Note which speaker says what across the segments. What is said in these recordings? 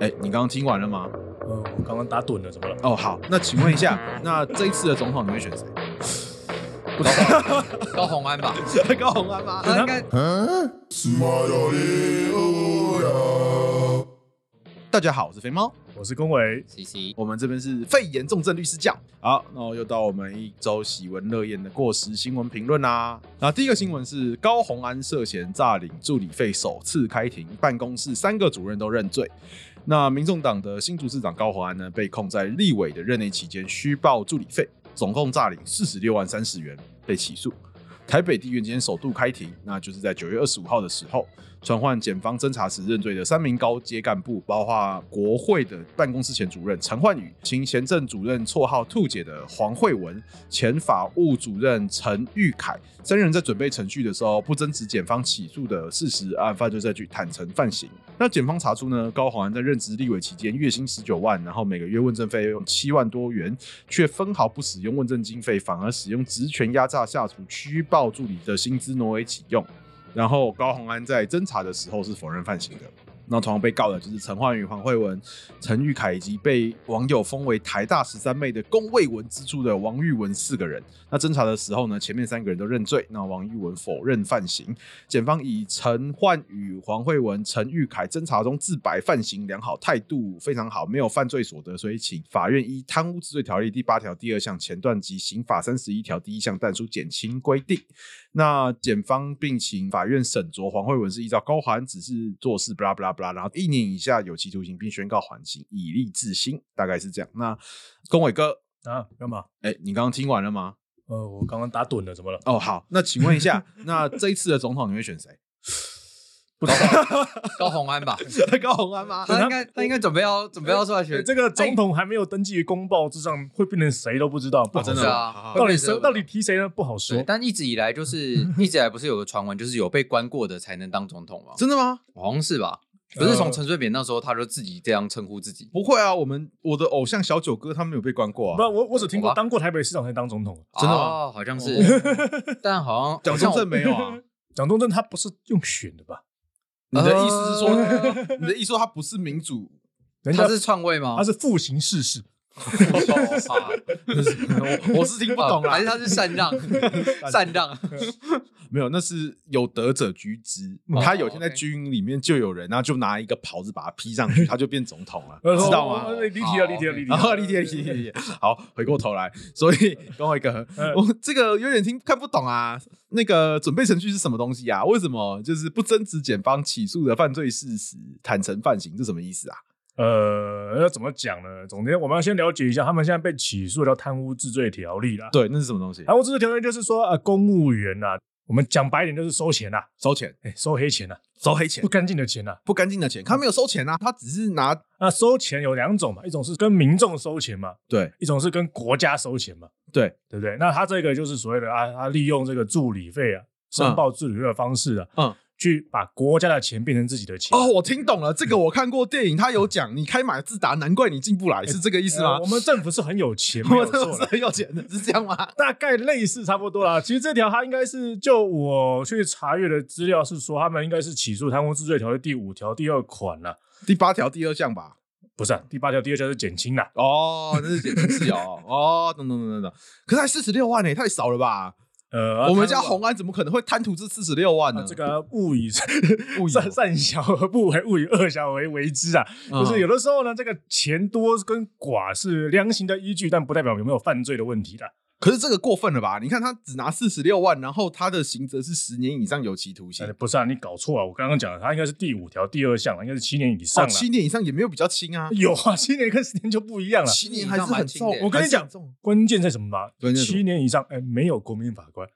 Speaker 1: 哎，你刚刚听完了吗？
Speaker 2: 嗯，我刚刚打盹了，怎么了？
Speaker 1: 哦，好，那请问一下，那这一次的总统你会选谁？
Speaker 3: 不知道，高红安吧？
Speaker 1: 高虹安吗？
Speaker 3: 他应该
Speaker 1: 大家好，我是肥猫，
Speaker 2: 我是龚维，
Speaker 3: C C，
Speaker 1: 我们这边是肺炎重症律师教。好，那又到我们一周喜闻乐见的过时新闻评论啦。那第一个新闻是高虹安涉嫌诈领助理费，首次开庭，办公室三个主任都认罪。那民众党的新竹市长高虹安呢，被控在立委的任内期间虚报助理费，总共诈领四十六万三十元，被起诉。台北地院今天首度开庭，那就是在九月二十五号的时候，传唤检方侦查时认罪的三名高阶干部，包括国会的办公室前主任陈焕宇、前行政主任绰号“兔姐”的黄慧文、前法务主任陈玉凯。三人在准备程序的时候，不争执检方起诉的事实按犯罪证据，坦诚犯行。那检方查出呢，高宏安在任职立委期间，月薪十九万，然后每个月问政费用七万多元，却分毫不使用问政经费，反而使用职权压榨下属虚报助理的薪资挪为己用。然后高宏安在侦查的时候是否认犯行的。那同样被告的就是陈焕宇、黄慧文、陈玉凯以及被网友封为台大十三妹的龚卫文之助的王玉文四个人。那侦查的时候呢，前面三个人都认罪，那王玉文否认犯行。检方以陈焕宇、黄慧文、陈玉凯侦查中自白，犯行良好，态度非常好，没有犯罪所得，所以请法院依《贪污治罪条例》第八条第二项前段及刑法三十一条第一项但书减轻规定。那检方并请法院审酌黄慧文是依照高环指示做事，b 拉 a 拉 b 拉，然后一年以下有期徒刑，并宣告缓刑，以立治新，大概是这样。那龚伟哥，
Speaker 2: 啊，干嘛？
Speaker 1: 哎、你刚刚听完了吗？
Speaker 2: 呃，我刚刚打盹了，怎么了？
Speaker 1: 哦，好，那请问一下，那这一次的总统你会选 谁？
Speaker 3: 不知道，高红安 吧？
Speaker 1: 高虹安吗？
Speaker 3: 他应该他应该准备要准备要出来
Speaker 2: 对
Speaker 3: 选
Speaker 2: 这个总统还没有登记于公报之上，会变成谁都不知道，不
Speaker 1: 哦
Speaker 2: 好
Speaker 1: 真的
Speaker 3: 是
Speaker 2: 说
Speaker 1: 吗
Speaker 3: 啊
Speaker 1: 好好好
Speaker 2: 到底
Speaker 3: 会变成
Speaker 2: 谁到底提谁呢？不好
Speaker 3: 对
Speaker 2: 说，。
Speaker 3: 但一直以来就是一直以来不是有个传闻，就是有被关过的才能当总统吗？
Speaker 1: 真的吗？
Speaker 3: 好像是吧？不是从
Speaker 2: 呃
Speaker 3: 陈水扁那时候他就自己这样称呼自己，
Speaker 1: 不会啊，我们我的偶像小九哥他没有被关过
Speaker 2: 不，
Speaker 1: 啊，
Speaker 2: 我我只听
Speaker 3: 好
Speaker 2: 过
Speaker 3: 吧
Speaker 2: 当过台北市长才当总统，
Speaker 1: 真的吗
Speaker 3: 哦，好像是， 但好像
Speaker 1: 蒋
Speaker 3: 好像
Speaker 1: 中
Speaker 3: 我
Speaker 1: 正没有啊。
Speaker 2: 蒋中正他不是用选的吧？
Speaker 1: 你的意思是说，
Speaker 3: 呃
Speaker 1: 你的意思说他不是民主？
Speaker 2: 人家
Speaker 3: 他是篡位吗？哦
Speaker 2: 他是复行世事，
Speaker 1: 我我是听不懂
Speaker 3: 啊
Speaker 1: 啦
Speaker 3: 还是，他是禅让？禅让
Speaker 1: 没有，那是有德者居之。
Speaker 3: 哦
Speaker 1: 他有一天在
Speaker 3: OK
Speaker 1: 军营里面就有人，然后就拿一个袍子把他披上去，他就变总统了，
Speaker 2: 呃
Speaker 1: 知道啊吗
Speaker 2: 哦？离题了，离题了，
Speaker 3: 好
Speaker 2: 离题
Speaker 1: 然后
Speaker 2: 了，
Speaker 1: 哦理解理解理 解，好，回过头来，所以跟我一个，
Speaker 2: 嗯
Speaker 1: 我这个有点听看不懂啊。那个准备程序是什么东西啊？为什么就是不争执检方起诉的犯罪事实，坦诚犯行，这什么意思啊？
Speaker 2: 呃，要怎么讲呢？总之，我们要先了解一下，他们现在被起诉叫贪污治罪条例啦。
Speaker 1: 对，那是什么东西？
Speaker 2: 贪污治罪条例就是说，呃，公务员呐、我们讲白一点就是收钱呐、
Speaker 1: 收钱，
Speaker 2: 哎，收黑钱呐、
Speaker 1: 收黑钱
Speaker 2: 不，干净的钱呐、啊
Speaker 1: 不干净的钱，他没有收钱啊，他只是拿
Speaker 2: 那收钱有两种嘛，一种是跟民众收钱嘛，
Speaker 1: 对
Speaker 2: 一种是跟国家收钱嘛，
Speaker 1: 对，
Speaker 2: 对不对？那他这个就是所谓的啊，他利用这个助理费啊，申报助理费的方式啊，
Speaker 1: 嗯。
Speaker 2: 去把国家的钱变成自己的钱。
Speaker 1: 哦，我听懂了，这个我看过电影，他有讲，你开马自达，难怪你进不来，是这个意
Speaker 2: 意
Speaker 1: 思吗？
Speaker 2: 呃我们政府是很有钱，哎 没
Speaker 1: 我
Speaker 2: 有
Speaker 1: 真
Speaker 2: 错
Speaker 1: 的是
Speaker 2: 啦。
Speaker 1: 很有钱的，是这样吗？
Speaker 2: 大概类似差不多啦。其实这条它应该是就我去查阅的资料是说，他们应该是起诉贪污治罪条例第五条第二款啊啦，
Speaker 1: 第八条第二项吧，
Speaker 2: 不是、啊、第八条第二条是减轻啦。
Speaker 1: 哦，那是减轻治疗哦哦，懂懂懂懂懂。可是才四十六万呢、太少了吧？
Speaker 2: 呃，
Speaker 1: 我们家
Speaker 2: 贪污啊
Speaker 1: 红安怎么可能会贪图这四十六万呢？
Speaker 2: 啊这个勿 以
Speaker 1: 物以
Speaker 2: 善善小而不为，勿以恶小而为为之啊。
Speaker 1: 嗯
Speaker 2: 就是有的时候呢，这个钱多跟寡是量刑的依据，但不代表有没有犯罪的问题的。
Speaker 1: 可是这个过分了吧？你看他只拿四十六万，然后他的刑责是十年以上有期徒刑
Speaker 2: 哎，不是啊，你搞错啊！我刚刚讲的，它应该是第五条第二项啦，应该是七年以上
Speaker 1: 哦，
Speaker 2: 了。
Speaker 1: 七年以上也没有比较轻啊，
Speaker 2: 有啊，七年跟十年就不一样了。
Speaker 1: 七年还是很重
Speaker 3: 七年以上蛮轻的。耶
Speaker 2: 我跟你讲
Speaker 1: 还是很重，
Speaker 2: 关键在什么吧
Speaker 1: 关？键是什么
Speaker 2: 七年以上，哎，没有国民法官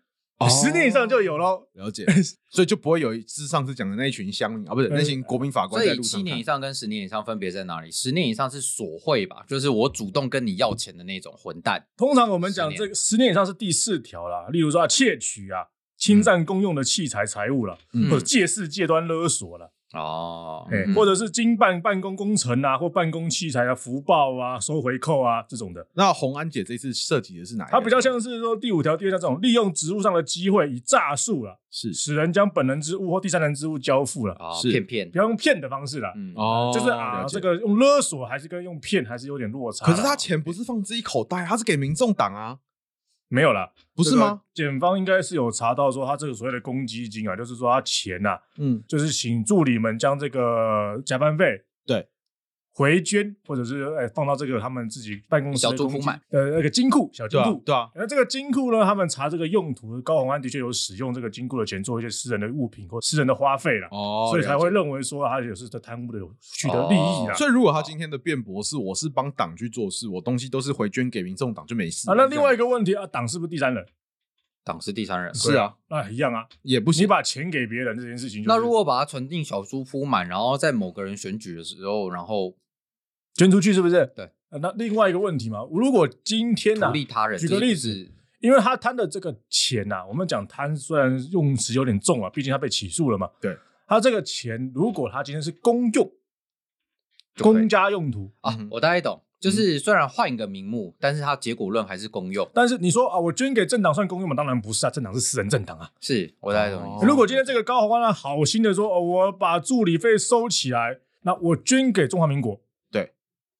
Speaker 1: 哦，
Speaker 2: 十年以上就有喽。
Speaker 1: 了 解，所以就不会有是上次讲的那一群乡民啊，不是那群国民法官
Speaker 3: 呃所
Speaker 1: 在
Speaker 3: 以
Speaker 1: 路上
Speaker 3: 七年以
Speaker 1: 看。
Speaker 3: 上跟十年以上分别在哪里？十年以上是索贿吧，就是我主动跟你要钱的那种混蛋。
Speaker 2: 通常我们讲这个十年以上是第四条啦，例如说啊窃取啊、侵占公用的器材财物啦，
Speaker 1: 嗯
Speaker 2: 或者借势借端勒索啦，
Speaker 3: 哦，
Speaker 2: 哎、
Speaker 3: 嗯
Speaker 2: 或者是经办办公工程啊，或办公器材啊、福报啊、收回扣啊这种的。
Speaker 1: 那红安姐这次涉及的是哪一类？
Speaker 2: 它比较像是说第五条、第二条这种利用职务上的机会以诈术了，
Speaker 1: 是
Speaker 2: 使人将本人之物或第三人之物交付了，
Speaker 3: 哦
Speaker 1: 是
Speaker 3: 骗骗
Speaker 2: 不，要用骗的方式啦。
Speaker 3: 嗯，
Speaker 1: 哦
Speaker 2: 就是啊，
Speaker 1: 了解
Speaker 2: 这个啊用勒索还是跟用骗还是有点落差啦。
Speaker 1: 可是他钱不是放自己口袋，啊他是给民众党啊，
Speaker 2: 没有啦，
Speaker 1: 不是吗？？
Speaker 2: 检方应该是有查到说他这个所谓的公积金啊，就是说他钱呐、啊，
Speaker 1: 嗯，
Speaker 2: 就是请助理们将这个加班费
Speaker 1: 对
Speaker 2: 回捐，或者是哎放到这个他们自己办公室的
Speaker 3: 小猪
Speaker 2: 公积
Speaker 3: 铺满
Speaker 2: 呃那个金库小金
Speaker 1: 对啊
Speaker 2: 库，。
Speaker 1: 对啊，
Speaker 2: 那这个金库呢？他们查这个用途，高宏安的确有使用这个金库的钱做一些私人的物品或私人的花费啦，
Speaker 1: 哦
Speaker 2: 所以才会
Speaker 1: 认。
Speaker 2: 认为说他也是在贪污的有取得利益
Speaker 1: 哦
Speaker 2: 啦。
Speaker 1: 所以如果他今天的辩驳是我是帮党去做事，我东西都是回捐给民众党就没事
Speaker 2: 啊，那另外一个问题啊，党是不是第三人？
Speaker 3: 党是第三人。
Speaker 1: 是啊，
Speaker 2: 啊，一样啊，
Speaker 1: 也不
Speaker 2: 你
Speaker 1: 行。
Speaker 2: 把钱给别人这件事情、就是，
Speaker 3: 那如果把它存进小猪铺满，然后在某个人选举的时候，然后
Speaker 2: 捐出去是不是？
Speaker 3: 对
Speaker 2: 啊、那另外一个问题嘛，如果今天呢、
Speaker 3: 图利他人，
Speaker 2: 举个
Speaker 3: 这是
Speaker 2: 例
Speaker 3: 不是
Speaker 2: 子，因为他贪的这个钱呐、我们讲贪虽然用词有点重啊，毕竟他被起诉了嘛。
Speaker 1: 对，
Speaker 2: 他这个钱如果他今天是公用、
Speaker 3: 就可以
Speaker 2: 公家用途，
Speaker 3: 啊
Speaker 1: 嗯，
Speaker 3: 我大概懂，就是虽然换一个名目，但是它结果论还是公用。
Speaker 2: 但是你说啊，我捐给政党算公用吗？当然不是啊，政党是私人政党啊。
Speaker 3: 是我大概懂你意
Speaker 1: 哦
Speaker 3: 思。
Speaker 2: 如果今天这个高宏安好心的说，哦，我把助理费收起来，那我捐给中华民国，
Speaker 1: 对，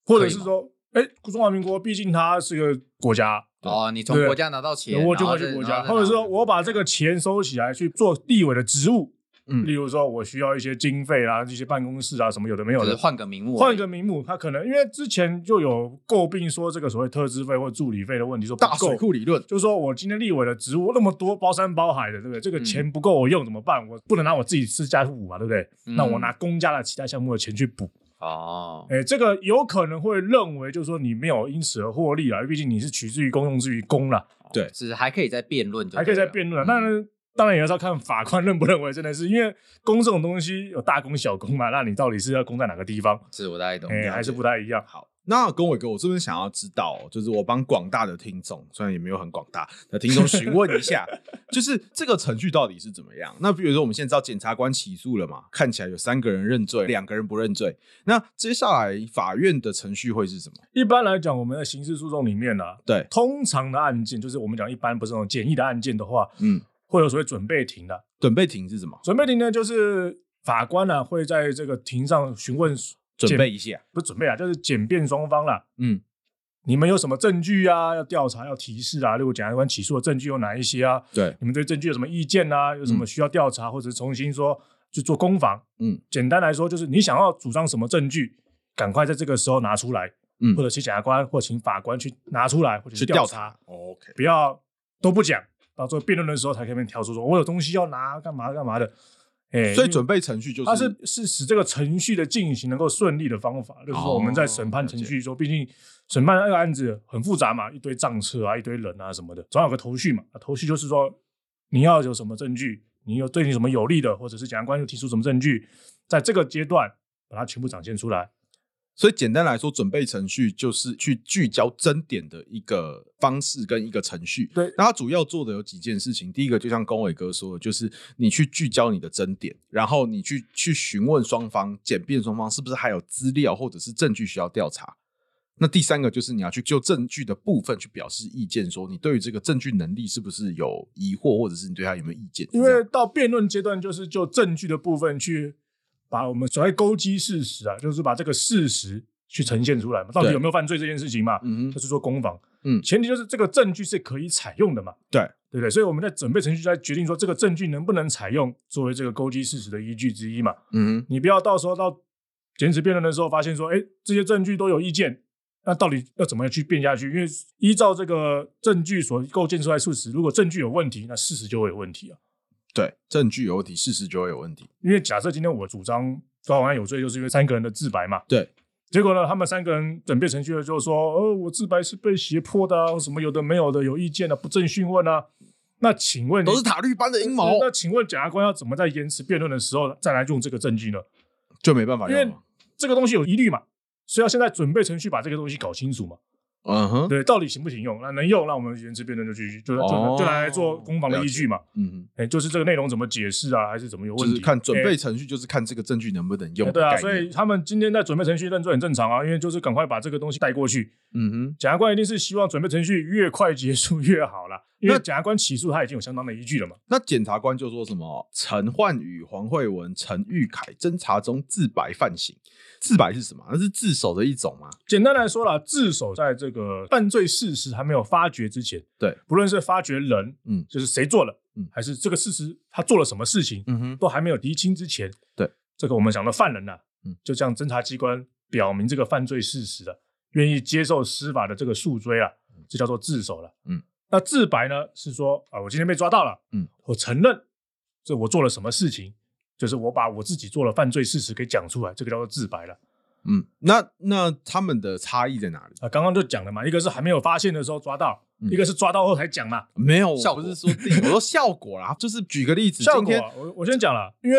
Speaker 2: 或者是说，哎，中华民国毕竟它是个国家，
Speaker 3: 哦，你从
Speaker 2: 对
Speaker 3: 国家拿到钱，
Speaker 2: 我就
Speaker 3: 然后
Speaker 2: 回去
Speaker 3: 再
Speaker 2: 国家，
Speaker 3: 然后
Speaker 2: 或者
Speaker 3: 再拿
Speaker 2: 说我把这个钱收起来去做地委的职务，
Speaker 1: 嗯
Speaker 2: 例如说我需要一些经费啦、这些办公室啊什么有的没有
Speaker 3: 就是
Speaker 2: 的，
Speaker 3: 换个名目而已，
Speaker 2: 换一个名目，他可能因为之前就有诟病说这个所谓特支费或助理费的问题，说不
Speaker 1: 大
Speaker 2: 够
Speaker 1: 水库理论，
Speaker 2: 就是说我今天立委的职务那么多，包山包海的，对不对？这
Speaker 3: 嗯
Speaker 2: 个钱不够我用怎么办？我不能拿我自己私家去补嘛，对不对？
Speaker 3: 嗯
Speaker 2: 那我拿公家的其他项目的钱去补，
Speaker 3: 哦，
Speaker 2: 哎，这个有可能会认为就是说你没有因此而获利啊，毕竟你是取之于公，用之于公啦，
Speaker 1: 对
Speaker 3: 是还可以再辩论就对
Speaker 2: 还
Speaker 3: 了，
Speaker 2: 可以再辩论啊。当然，当然也是要看法官认不认为真的是，因为公这种东西有大公小公嘛，那你到底是要公在哪个地方？
Speaker 3: 是我大概懂。
Speaker 2: 哎，还是不太一样。
Speaker 1: 好，那跟伟哥，我这边想要知道哦，就是我帮广大的听众，虽然也没有很广大的听众询问一 下，就是这个程序到底是怎么样？那比如说我们现在知道检察官起诉了嘛，看起来有三个人认罪，两个人不认罪，那接下来法院的程序会是什么？
Speaker 2: 一般来讲，我们的刑事诉讼里面呢、啊，
Speaker 1: 对
Speaker 2: 通常的案件就是我们讲一般不是那种简易的案件的话，
Speaker 1: 嗯，
Speaker 2: 会有所谓准备庭的。
Speaker 1: 准备庭是什么？
Speaker 2: 准备庭呢，就是法官呢、会在这个庭上询问，
Speaker 1: 准备一下，
Speaker 2: 不是准备啊，就是检辩双方啦。
Speaker 1: 嗯，
Speaker 2: 你们有什么证据啊？要调查，要提示啊？如果检察官起诉的证据有哪一些啊？
Speaker 1: 对，
Speaker 2: 你们对证据有什么意见啊？有什么需要调查、或者是重新说去做攻防？
Speaker 1: 嗯，
Speaker 2: 简单来说就是你想要主张什么证据，赶快在这个时候拿出来，
Speaker 1: 嗯
Speaker 2: 或者请检察官或请法官去拿出来，或者
Speaker 1: 去
Speaker 2: 调
Speaker 1: 调
Speaker 2: 查
Speaker 1: 查，，OK，
Speaker 2: 不要都不讲，到最后辩论的时候才可以挑出说我有东西要拿，干嘛干嘛的。哎、
Speaker 1: 所以
Speaker 2: 因为
Speaker 1: 准备程序就是
Speaker 2: 它是是使这个程序的进行能够顺利的方法，就是说我
Speaker 1: 哦
Speaker 2: 们在审判程序中，毕竟审判那个案子很复杂嘛，一堆账册啊，一堆人啊什么的，总要有个头绪嘛。啊头绪就是说你要有什么证据，你有对你什么有利的，或者是检察官又提出什么证据，在这个阶段把它全部展现出来。
Speaker 1: 所以简单来说，准备程序就是去聚焦争点的一个方式跟一个程序。
Speaker 2: 对
Speaker 1: 那它主要做的有几件事情。第一个，就像龚伟哥说的，就是你去聚焦你的争点，然后你去去询问双方、检辩双方是不是还有资料或者是证据需要调查。那第三个就是你要去就证据的部分去表示意见，说你对于这个证据能力是不是有疑惑，或者是你对他有没有意见？
Speaker 2: 因
Speaker 1: 这
Speaker 2: 为
Speaker 1: 样
Speaker 2: 到辩论阶段，就是就证据的部分去把我们所谓勾稽事实啊，就是把这个事实去呈现出来嘛，到底
Speaker 1: 对
Speaker 2: 有没有犯罪这件事情嘛，
Speaker 1: 嗯
Speaker 2: 就
Speaker 1: 哼，
Speaker 2: 是做攻防。
Speaker 1: 嗯
Speaker 2: 前提就是这个证据是可以采用的嘛，
Speaker 1: 对
Speaker 2: 对不对？所以我们在准备程序在决定说这个证据能不能采用作为这个勾稽事实的依据之一嘛。
Speaker 1: 嗯哼，
Speaker 2: 你不要到时候到检持辩论的时候发现说，哎，这些证据都有意见，那到底要怎么样去辩下去？因为依照这个证据所构建出来的事实，如果证据有问题，那事实就会有问题啊。
Speaker 1: 对，证据有问题，事实就会有问题。
Speaker 2: 因为假设今天我主张高宏安有罪，就是因为三个人的自白嘛。
Speaker 1: 对。
Speaker 2: 结果呢，他们三个人准备程序了，就说：“呃，我自白是被胁迫的、啊，什么有的没有的，有意见的、不正讯问啊。”那请问你
Speaker 1: 都是塔绿班的阴谋，
Speaker 2: 那请问检察官要怎么在延迟辩论的时候再来用这个证据呢？
Speaker 1: 就没办法
Speaker 2: 因
Speaker 1: 用
Speaker 2: 为
Speaker 1: 了。
Speaker 2: 这个东西有疑虑嘛，所以要现在准备程序把这个东西搞清楚嘛。
Speaker 1: 嗯哼，
Speaker 2: 对，到底行不行用？那能用，那我们言辞辩论就去，就就
Speaker 1: 哦
Speaker 2: 就拿来做攻防的依据嘛。
Speaker 1: 嗯
Speaker 2: 哎，就是这个内容怎么解释啊，还是怎么有
Speaker 1: 哼，就
Speaker 2: 问题？
Speaker 1: 是看准
Speaker 2: 哎
Speaker 1: 备程序，就是看这个证据能不能用。
Speaker 2: 对啊，所以，他们今天在准备程序认罪很正常啊，因为就是赶快把这个东西带过去。
Speaker 1: 嗯哼，
Speaker 2: 检察官一定是希望准备程序越快结束越好啦，因为
Speaker 1: 那
Speaker 2: 检察官起诉他已经有相当的依据了嘛。
Speaker 1: 那检察官就说什么陈焕宇、黄慧文、陈玉凯侦查中自白犯行，自白是什么？那是自首的一种吗？
Speaker 2: 简单来说啦，自首在这个犯罪事实还没有发觉之前，
Speaker 1: 对，
Speaker 2: 不论是发觉人，
Speaker 1: 嗯
Speaker 2: 就是谁做了，
Speaker 1: 嗯
Speaker 2: 还是这个事实他做了什么事情，
Speaker 1: 嗯哼，
Speaker 2: 都还没有厘清之前，
Speaker 1: 对
Speaker 2: 这个我们讲的犯人呐、
Speaker 1: 嗯
Speaker 2: 就向侦查机关表明这个犯罪事实了，愿意接受司法的这个诉追啊，这叫做自首了。
Speaker 1: 嗯，
Speaker 2: 那自白呢是说啊，我今天被抓到了，
Speaker 1: 嗯，
Speaker 2: 我承认这我做了什么事情，就是我把我自己做了犯罪事实给讲出来，这个叫做自白了。
Speaker 1: 嗯，那那他们的差异在哪里？
Speaker 2: 啊，刚刚就讲了嘛，一个是还没有发现的时候抓到，
Speaker 1: 嗯
Speaker 2: 一个是抓到后才讲嘛。
Speaker 1: 没有，
Speaker 3: 效
Speaker 1: 我不
Speaker 3: 果
Speaker 1: 是说定，我说效果啦，就是举个例子，
Speaker 2: 效
Speaker 1: 今
Speaker 2: 果
Speaker 1: 天
Speaker 2: 啊、我我先讲了，因为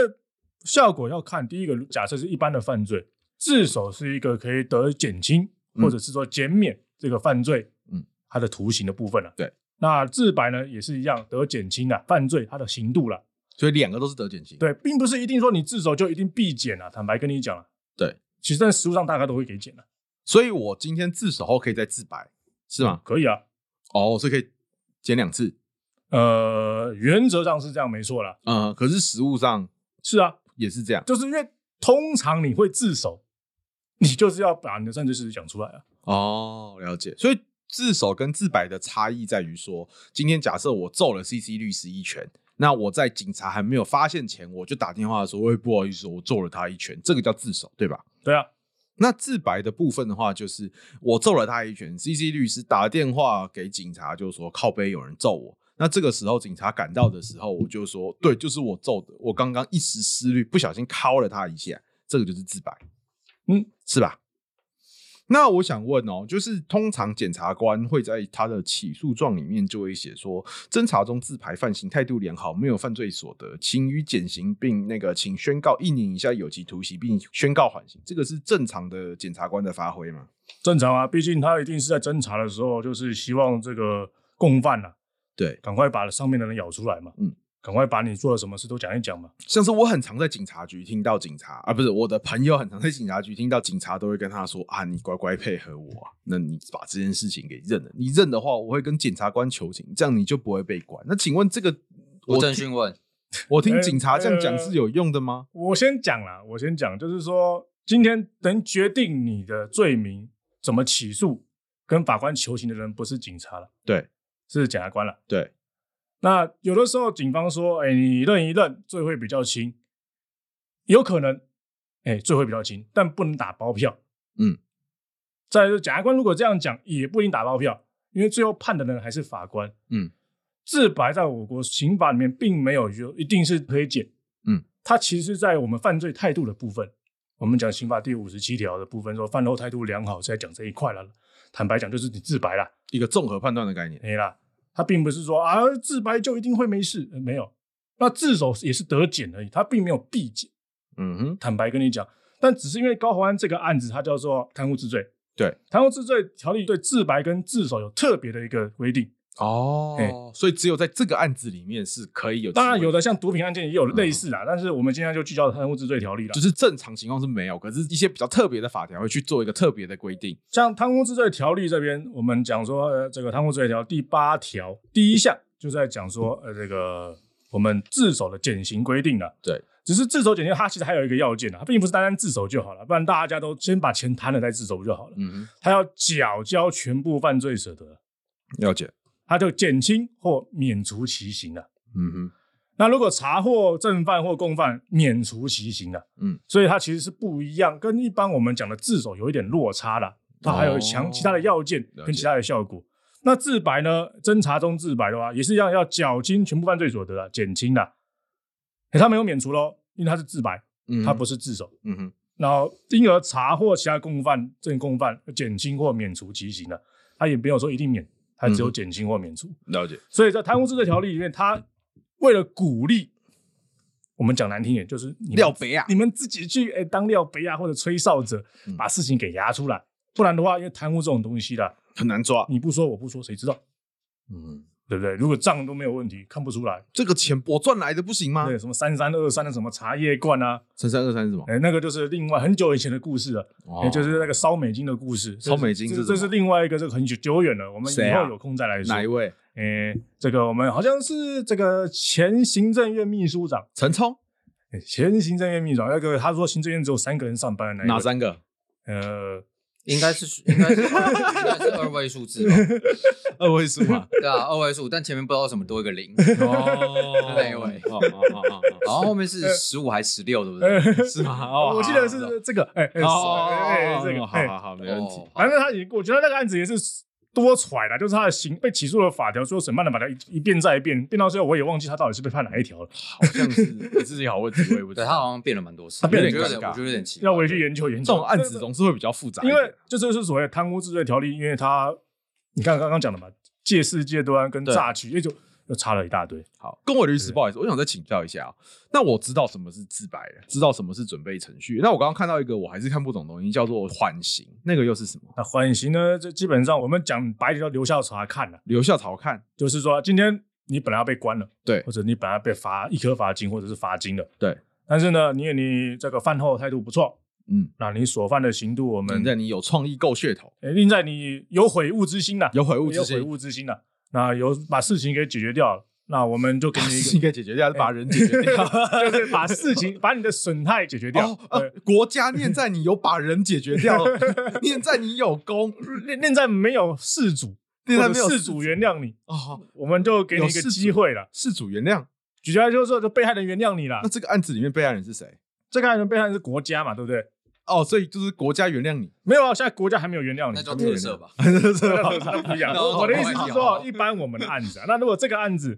Speaker 2: 效果要看第一个，假设是一般的犯罪，自首是一个可以得减轻
Speaker 1: 嗯
Speaker 2: 或者是说减免这个犯罪，
Speaker 1: 嗯，
Speaker 2: 它的徒刑的部分了、
Speaker 1: 对，
Speaker 2: 那自白呢也是一样得减轻啊，犯罪它的刑度了。
Speaker 1: 所以两个都是得减刑。，
Speaker 2: 对，并不是一定说你自首就一定必减啊，坦白跟你讲啊，
Speaker 1: 对，
Speaker 2: 其实在实务上大概都会给减啊的、
Speaker 1: 所以我今天自首后可以再自白，是吗？
Speaker 2: 可以啊。
Speaker 1: 哦，所以可以减两次。
Speaker 2: 呃，原则上是这样，没错啦。
Speaker 1: 嗯，可是实物上
Speaker 2: 是啊，
Speaker 1: 也是这样。
Speaker 2: 就是因为通常你会自首，你就是要把你的犯罪事实讲出来啊。
Speaker 1: 哦，了解。所以自首跟自白的差异在于说，今天假设我揍了 CC 律师一拳，那我在警察还没有发现前，我就打电话说：“喂，不好意思，我揍了他一拳。”这个叫自首，对吧？
Speaker 2: 对啊，
Speaker 1: 那自白的部分的话，就是我揍了他一拳，CC 律师打电话给警察，就说靠背有人揍我。那这个时候警察赶到的时候，我就说对，就是我揍的，我刚刚一时失虑，不小心敲了他一下，这个就是自白，
Speaker 2: 嗯，
Speaker 1: 是吧？那我想问哦，就是通常检察官会在他的起诉状里面就会写说，侦查中自排犯行态度良好，没有犯罪所得，请予减刑，并那个请宣告一年以下有期徒刑，并宣告缓刑。这个是正常的检察官的发挥吗？
Speaker 2: 正常啊，毕竟他一定是在侦查的时候，就是希望这个共犯啊，
Speaker 1: 对，
Speaker 2: 赶快把上面的人咬出来嘛，
Speaker 1: 嗯，赶
Speaker 2: 赶快把你做了什么事都讲一讲嘛。
Speaker 1: 像是我很常在警察局听到警察啊，不是我的朋友很常在警察局听到警察都会跟他说啊，你乖乖配合我、啊，那你把这件事情给认了，你认的话，我会跟检察官求情，这样你就不会被关。那请问这个
Speaker 3: 我
Speaker 1: 我
Speaker 3: 正
Speaker 1: 听
Speaker 3: 讯问，
Speaker 1: 我
Speaker 2: 哎
Speaker 1: 听警察这样讲
Speaker 2: 呃
Speaker 1: 是有用的吗？
Speaker 2: 我先讲啦，我先讲，就是说今天能决定你的罪名怎么起诉跟法官求情的人不是警察了，
Speaker 1: 对
Speaker 2: 是检察官了。
Speaker 1: 对，
Speaker 2: 那有的时候警方说：“哎、你认一认，罪会比较轻。”有可能，哎、罪会比较轻，但不能打包票。
Speaker 1: 嗯，
Speaker 2: 再来就是检察官如果这样讲，也不一定打包票，因为最后判的人还是法官。
Speaker 1: 嗯，
Speaker 2: 自白在我国刑法里面并没有有一定是推荐。
Speaker 1: 嗯，
Speaker 2: 它其实在我们犯罪态度的部分，我们讲刑法第五十七条的部分说犯后态度良好是在讲这一块了。坦白讲，就是你自白啦。
Speaker 1: 一个综合判断的概念。
Speaker 2: 没啦。他并不是说啊自白就一定会没事，呃没有。那自首也是得减而已，他并没有必减。
Speaker 1: 嗯哼，
Speaker 2: 坦白跟你讲，但只是因为高宏安这个案子，它叫做贪污治罪。
Speaker 1: 对，
Speaker 2: 贪污治罪条例对自白跟自首有特别的一个规定。
Speaker 1: 哦，所以只有在这个案子里面是可以有，
Speaker 2: 当然，有的像毒品案件也有类似啦，但是我们今天就聚焦贪污治罪条例啦。
Speaker 1: 就是正常情况是没有，可是一些比较特别的法条会去做一个特别的规定。
Speaker 2: 像贪污治罪条例这边，我们讲说，呃，这个贪污治罪条第八条第一项就在讲说，呃，这个我们自首的减刑规定了。
Speaker 1: 对，
Speaker 2: 只是自首减刑，它其实还有一个要件啊，它并不是单单自首就好了，不然大家都先把钱贪了再自首不就好了？
Speaker 1: 嗯
Speaker 2: 它要缴交全部犯罪所得，
Speaker 1: 哼，了解。
Speaker 2: 它就减轻或免除其刑啊了。
Speaker 1: 嗯哼，
Speaker 2: 那如果查获正犯或共犯，免除其刑的，
Speaker 1: 嗯，
Speaker 2: 所以它其实是不一样，跟一般我们讲的自首有一点落差的，它还有
Speaker 1: 哦
Speaker 2: 强其他的要件
Speaker 1: 了解
Speaker 2: 跟其他的效果。那自白呢？侦查中自白的话，也是一样要缴清全部犯罪所得啊，减轻的。诶他没有免除喽，因为他是自白，
Speaker 1: 嗯
Speaker 2: 他不，是自首，
Speaker 1: 嗯哼，
Speaker 2: 然后因而查获其他共犯、正共犯，减轻或免除其刑的，他也没有说一定免，他只有
Speaker 1: 嗯
Speaker 2: 减轻或免除。
Speaker 1: 了解。
Speaker 2: 所以在贪污治罪条例里面，他为了鼓励，我们讲难听点，就是你们
Speaker 1: 廖肥啊
Speaker 2: 你们自己去哎、当廖肥啊或者吹哨者
Speaker 1: 嗯，
Speaker 2: 把事情给压出来，不然的话，因为贪污这种东西啦，
Speaker 1: 很难抓。
Speaker 2: 你不说我不说，谁知道？
Speaker 3: 嗯，
Speaker 2: 对不对？如果账都没有问题，看不出来。
Speaker 1: 这个钱我赚来的不行吗？
Speaker 2: 对，什么三三二三的什么茶叶罐啊，
Speaker 1: 三三二三是什么？
Speaker 2: 哎、那个就是另外很久以前的故事了，
Speaker 1: 哦
Speaker 2: 也、哎就是那个烧美金的故事。
Speaker 1: 烧美金
Speaker 2: 这
Speaker 1: 是
Speaker 2: 这
Speaker 1: 什么
Speaker 2: 这是另外一个这个很久久远了，我们
Speaker 1: 谁
Speaker 2: 以
Speaker 1: 啊
Speaker 2: 后有空再来说。
Speaker 1: 哪一位？
Speaker 2: 哎、这个我们好像是这个前行政院秘书长，
Speaker 1: 陈冲
Speaker 2: 哎前行政院秘书长那个他说行政院只有三个人上班的那一位
Speaker 1: 哪三个？
Speaker 2: 呃，
Speaker 3: 应该是应该是应该是二位数字吧？
Speaker 1: 二位数 嘛？
Speaker 3: 对啊，二位数，但前面不知道为什么多一个零，
Speaker 1: 哦
Speaker 3: 哪一位
Speaker 1: 哦哦哦哦哦
Speaker 3: 然后后 面是十五还十六，对不
Speaker 2: 呃
Speaker 3: 对？
Speaker 1: 是吗？哦
Speaker 2: 我记得
Speaker 1: 好好好
Speaker 2: 是这个，哎、哎、
Speaker 1: 哦
Speaker 2: 哎、哎这个，
Speaker 1: 好
Speaker 2: 哎、
Speaker 1: 好好，没问题
Speaker 3: 哦。
Speaker 2: 反正他已经，我觉得那个案子也是多舛啦，就是他的刑被起诉的法条，最后审判的法条一一遍再一遍，变到最后我也忘记他到底是被判哪一条了，
Speaker 1: 好像是自己好问题，我也不知
Speaker 3: 对他
Speaker 1: 道。
Speaker 3: 好像变了蛮多次，
Speaker 1: 他变得
Speaker 3: 我觉
Speaker 1: 很尴
Speaker 3: 得
Speaker 1: 尬
Speaker 3: 我觉得有点奇怪
Speaker 2: 要。回去研究研
Speaker 1: 这
Speaker 2: 究。
Speaker 1: 种案子总是会比较复杂一
Speaker 2: 因
Speaker 1: 点，
Speaker 2: 为这就是所谓的贪污治罪条例，因为它你看刚刚讲的嘛，借势借端跟
Speaker 1: 对
Speaker 2: 诈取，也就又差了一大堆。
Speaker 1: 好，跟我的律师，
Speaker 2: 对
Speaker 1: 不好意思，我想再请教一下、啊。那我知道什么是自白了，知道什么是准备程序。那我刚刚看到一个我还是看不懂的东西，叫做缓刑，那个又是什么？
Speaker 2: 那缓刑呢，这基本上我们讲白点叫留校察看了、
Speaker 1: 留校查看，
Speaker 2: 就是说今天你本来要被关了，
Speaker 1: 对
Speaker 2: 或者你本来被罚一颗罚金或者是罚金了，
Speaker 1: 对。
Speaker 2: 但是呢，你你这个犯后态度不错，
Speaker 1: 嗯，
Speaker 2: 那你所犯的刑度，我们
Speaker 1: 反正你有创意够噱头，
Speaker 2: 呃另在你有悔悟之心了，
Speaker 1: 有悔悟之
Speaker 2: 有悔
Speaker 1: 心，
Speaker 2: 悟之心了，那有把事情给解决掉了，那我们就给
Speaker 1: 把
Speaker 2: 你
Speaker 1: 事
Speaker 2: 一个
Speaker 1: 情给
Speaker 2: 哎
Speaker 1: 解决掉，还是把人解决掉。
Speaker 2: 就是把事情把你的损害解决掉
Speaker 1: 哦，，呃
Speaker 2: 对，
Speaker 1: 国家念在你有把人解决掉，念在你有功，
Speaker 2: 念念在没有事主，
Speaker 1: 念在没有
Speaker 2: 或者事主原谅你，
Speaker 1: 哦，
Speaker 2: 我们就给你
Speaker 1: 有
Speaker 2: 一个
Speaker 1: 事主
Speaker 2: 机会了。
Speaker 1: 事主原谅。
Speaker 2: 举下来就是说，就被害人原谅你啦
Speaker 1: 那。这个案子里面被害人是谁？
Speaker 2: 这个案人被害人是国家嘛，对不对？
Speaker 1: 哦，所以就是国家原谅你，
Speaker 2: 没有啊，现在国家还没有原谅你，
Speaker 3: 那叫
Speaker 2: 还没有
Speaker 3: 特
Speaker 2: 原啊谅
Speaker 3: 赦 吧，
Speaker 2: 那那不一 样。
Speaker 3: 然后
Speaker 2: 我的意思
Speaker 3: 好
Speaker 2: 是
Speaker 3: 好
Speaker 2: 说，一般我们的案子啊， 那如果这个案子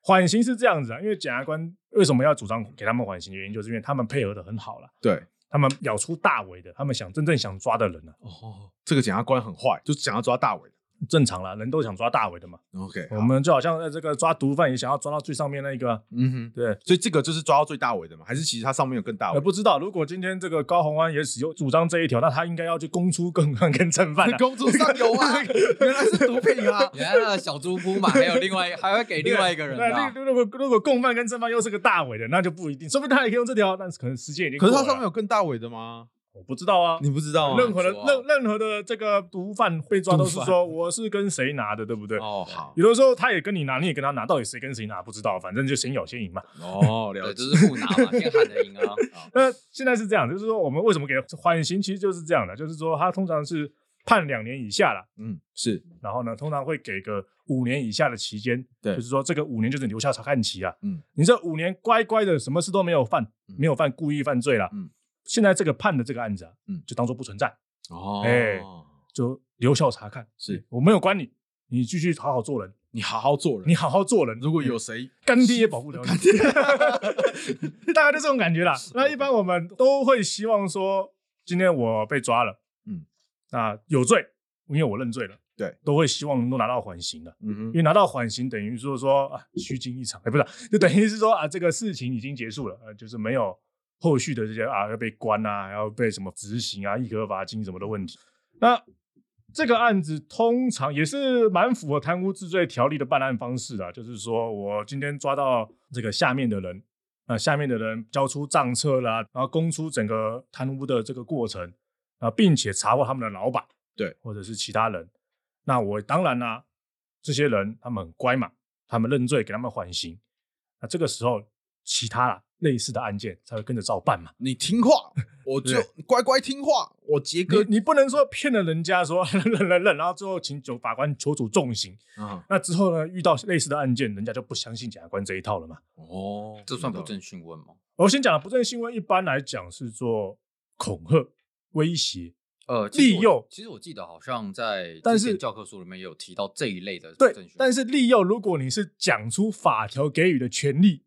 Speaker 2: 缓刑是这样子啊，因为检察官为什么要主张给他们缓刑的原因，就是因为他们配合的很好了，
Speaker 1: 对，
Speaker 2: 他们咬出大尾的，他们想真正想抓的人啊，
Speaker 1: 哦，这个检察官很坏，就想要抓大伟
Speaker 2: 正常啦，人都想抓大尾的嘛。
Speaker 1: OK，
Speaker 2: 我们就好像在这个抓毒贩也想要抓到最上面那一个啊、
Speaker 1: 嗯哼。
Speaker 2: 对。
Speaker 1: 所以这个就是抓到最大尾的嘛？还是其实它上面有更大
Speaker 2: 我
Speaker 1: 尾？。
Speaker 2: 不知道，如果今天这个高洪安也使用主张这一条，那他应该要去供出更 案跟正 犯、啊
Speaker 1: 公主上有啊，原来 是毒品啊！
Speaker 3: 原来那个小猪姑嘛，还有另外一还会给另外一个人
Speaker 2: 对
Speaker 3: 的啊，
Speaker 2: 如如果如果共犯跟正犯又是个大尾的，那就不一定，说不定他也可以用这条，但是可能时间已经
Speaker 1: 可
Speaker 2: 过
Speaker 1: 是
Speaker 2: 了。
Speaker 1: 它上面有更大尾的吗？
Speaker 2: 我不知道啊，
Speaker 1: 你不知道
Speaker 2: 任
Speaker 1: 吗？
Speaker 2: 何的
Speaker 3: 很难说
Speaker 2: 任任何的这个毒贩被抓都是
Speaker 1: 毒
Speaker 2: 说我是跟谁拿的，对不对？
Speaker 1: 哦，好，
Speaker 2: 有的时候他也跟你拿，你也跟他拿，到底谁跟谁拿不知道，反正就先有先赢嘛。
Speaker 1: 哦，了
Speaker 3: 对，
Speaker 1: 解。
Speaker 3: 就是互拿嘛，先喊 着赢啊。啊
Speaker 2: 那现在是这样，就是说我们为什么给缓刑，其实就是这样的，就是说他通常是判两年以下啦，
Speaker 1: 嗯，是
Speaker 2: 然后呢，通常会给个五年以下的期间，
Speaker 1: 对
Speaker 2: 就是说这个五年就是留下查看期啊，
Speaker 1: 嗯，
Speaker 2: 你这五年乖乖的什么事都没有犯，
Speaker 1: 嗯
Speaker 2: 没有犯故意犯罪啦，
Speaker 1: 嗯，
Speaker 2: 现在这个判的这个案子啊，
Speaker 1: 嗯
Speaker 2: 就当做不存在，
Speaker 1: 哦
Speaker 2: 哎就留校查看，
Speaker 1: 是
Speaker 2: 我没有关你，你继续好好做人，
Speaker 1: 你好好做人。
Speaker 2: 你好好做人，
Speaker 1: 如果有 谁
Speaker 2: 干爹也保护不了你，大概就这种感觉啦。那一般我们都会希望说，今天我被抓了，
Speaker 1: 嗯，
Speaker 2: 那有罪，因为我认罪了，
Speaker 1: 对，
Speaker 2: 都会希望能够拿到缓刑的。
Speaker 1: 嗯
Speaker 2: 因为拿到缓刑等于说说啊虚惊一场，哎、不是啊，就等于是说啊这个事情已经结束了，呃，就是没有后续的这些啊要被关啊，要被什么执行啊、一颗罚金什么的问题。那这个案子通常也是蛮符合贪污治罪条例的办案方式的啊，就是说我今天抓到这个下面的人，那下面的人交出账册啦，然后供出整个贪污的这个过程，啊，并且查获他们的老板，
Speaker 1: 对，
Speaker 2: 或者是其他人。那我当然啦、这些人他们很乖嘛，他们认罪，给他们缓刑。那这个时候，其他啦类似的案件才会跟着照办嘛。
Speaker 1: 你听话，我就乖乖听话。我杰
Speaker 2: 你
Speaker 1: 哥，
Speaker 2: 你不能说骗了人家说 认认认，然后最后请求法官求处重刑。
Speaker 1: 啊，
Speaker 2: 那之后呢，遇到类似的案件，人家就不相信检察官这一套了嘛。
Speaker 1: 哦，
Speaker 3: 这算不正讯问吗？
Speaker 2: 我先讲了不正新闻，一般来讲是做恐吓、威胁，
Speaker 3: 呃，其实
Speaker 2: 利
Speaker 3: 我
Speaker 2: 诱
Speaker 3: 其实我记得好像在
Speaker 2: 但
Speaker 3: 之
Speaker 2: 是
Speaker 3: 前教科书里面有提到这一类的
Speaker 2: 对
Speaker 3: 正。讯
Speaker 2: 但是利诱，如果你是讲出法条给予的权利，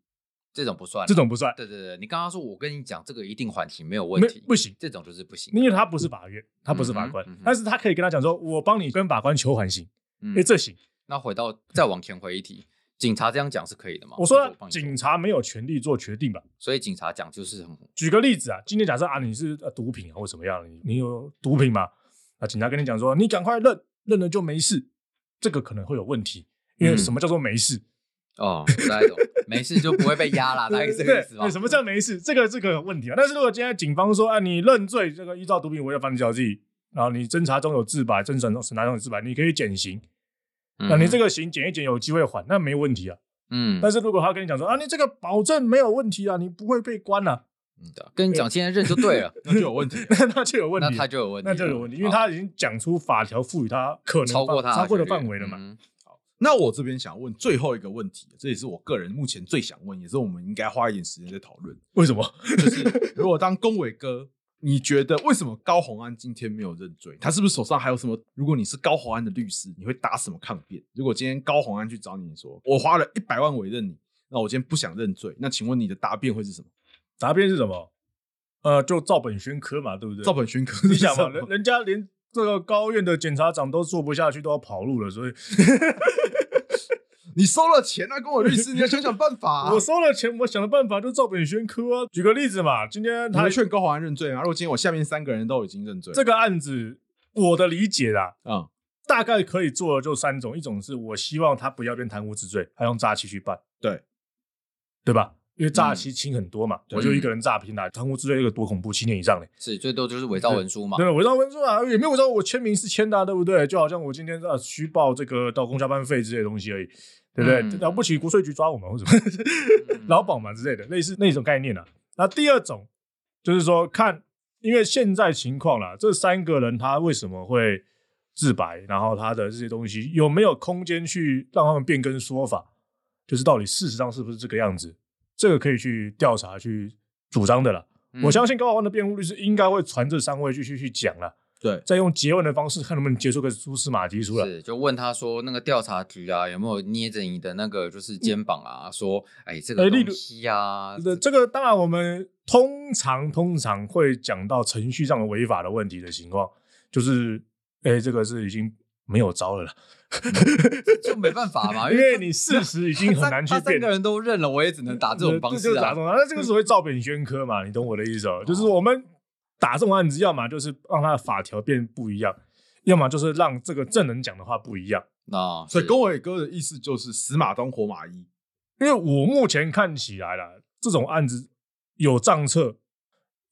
Speaker 3: 这种不算啊，
Speaker 2: 这种不算，
Speaker 3: 对对对，你刚刚说我跟你讲这个一定缓刑没有问
Speaker 2: 没
Speaker 3: 题，
Speaker 2: 不行，
Speaker 3: 这种就是不行的，
Speaker 2: 因为他不是法院，他不是法官
Speaker 3: 嗯哼嗯哼，
Speaker 2: 但是他可以跟他讲说，我帮你跟法官求缓刑，
Speaker 3: 嗯
Speaker 2: 哎，这行。
Speaker 3: 那回到再往前回一题，警察这样讲是可以的吗？
Speaker 2: 我说
Speaker 3: 还是
Speaker 2: 了
Speaker 3: 帮你
Speaker 2: 警，察没有权利做决定吧？
Speaker 3: 所以警 察讲就是很
Speaker 2: 举个例子啊，今天假设啊你是呃毒品啊或怎么样，你你有毒品嘛？那警察跟你讲说，你赶快认，认了就没事，这个可能会有问题，因为
Speaker 3: 嗯
Speaker 2: 什么叫做没事？
Speaker 3: 哦，不太懂，没事就不会被压啦，大概是这个意思吧
Speaker 2: 对，？什么叫没事？这个这个有问题啊。但是如果今天警方说啊，你认罪，这个依照毒品违法犯罪条例，然后你侦查中有自白，侦查中审查中有自白，你可以减刑。
Speaker 3: 嗯
Speaker 2: 那你这个刑减一减，有机会还，那没问题啊。
Speaker 3: 嗯，
Speaker 2: 但是如果他跟你讲说啊，你这个保证没有问题啊，你不会被关啊，
Speaker 3: 嗯跟你讲，现在认就对了，
Speaker 1: 那就有问题。
Speaker 2: 那那就 有问
Speaker 3: 那
Speaker 2: 题
Speaker 3: 他。就有问题
Speaker 2: 那
Speaker 3: 了，
Speaker 2: 就有问题，因为
Speaker 3: 好
Speaker 2: 他已经讲出法条赋予他可能
Speaker 3: 超过
Speaker 2: 范
Speaker 3: 他
Speaker 2: 超过的
Speaker 3: 权利
Speaker 2: 范围了嘛。
Speaker 3: 嗯
Speaker 1: 那我这边想问最后一个问题，这也是我个人目前最想问，也是我们应该花一点时间在讨论。
Speaker 2: 为什么？
Speaker 1: 就是如果当龚伟哥，你觉得为什么高洪安今天没有认罪？他是不是手上还有什么？如果你是高洪安的律师，你会打什么抗辩？如果今天高洪安去找你说，我花了一百万委任你，那我今天不想认罪，那请问你的答辩会是什么？
Speaker 2: 答辩是什么？呃，就照本宣科嘛，对不对？
Speaker 1: 照本宣科是
Speaker 2: 你
Speaker 1: 什
Speaker 2: 想嘛，
Speaker 1: 么，
Speaker 2: 人人家连这个高院的检察长都做不下去，都要跑路了， 所以
Speaker 1: 你收了钱啊，跟我律师，你要想想办法、啊。
Speaker 2: 我收了钱，我想的办法就照本宣科啊。举个例子嘛，今天
Speaker 1: 你
Speaker 2: 他
Speaker 1: 会劝高洪安认罪啊吗？如果今天我下面三个人都已经认罪，
Speaker 2: 这个案子，我的理解啦，
Speaker 1: 嗯
Speaker 2: 大概可以做的就三种，一种是我希望他不要变贪污治罪，他用诈欺去办，
Speaker 1: 对嗯
Speaker 2: 对吧？因为诈欺轻很多嘛，
Speaker 1: 对
Speaker 2: 我就一个人诈骗啦，贪污治罪这个多恐怖，七年以上嘞。
Speaker 3: 是最多就是伪造文书嘛，
Speaker 2: 对，伪造文书啊，也没有伪造我签名是签的、啊，对不对？就好像我今天呃虚报这个到公交班费之类的东西而已，对不对？
Speaker 3: 嗯
Speaker 2: 了不起，国税局抓我们或者什么
Speaker 3: 嗯
Speaker 2: 劳保嘛之类的，类似那种概念啊。那第二种就是说看，因为现在情况啦，这三个人他为什么会自白，然后他的这些东西有没有空间去让他们变更说法，就是到底事实上是不是这个样子，这个可以去调查去主张的啦。
Speaker 3: 嗯
Speaker 2: 我相信高浩安的辩护律师应该会传这三位继续去讲了，
Speaker 1: 对，
Speaker 2: 再用诘问的方式看能不能结出个蛛丝马迹出来。
Speaker 3: 是，就问他说那个调查局啊有没有捏着你的那个就是肩膀啊，说哎这
Speaker 2: 嗯哎
Speaker 3: 个
Speaker 2: 例如
Speaker 3: 东西啊，
Speaker 2: 这这个当然我们通常通常会讲到程序上的违法的问题的情况，就是哎、这个是已经没有招了啦，
Speaker 3: 就没办法 嘛，
Speaker 2: 因
Speaker 3: 因为
Speaker 2: 为你事实已经很难去
Speaker 3: 他三他三
Speaker 2: 辩
Speaker 3: 个。人都认了，我也只能打 这种方
Speaker 2: 就
Speaker 3: 式
Speaker 2: 是打
Speaker 3: 啊
Speaker 2: 这。种，那这个所谓照本宣科嘛，你懂我的意思哦？就是我们打这种案子，要么就是让他的法条变不一样，要么就是让这个证人讲的话不一样。
Speaker 3: 啊，
Speaker 1: 所以
Speaker 3: 是
Speaker 1: 龚伟哥的意思就是死马当活马医，
Speaker 2: 因为我目前看起来啦，这种案子有账册、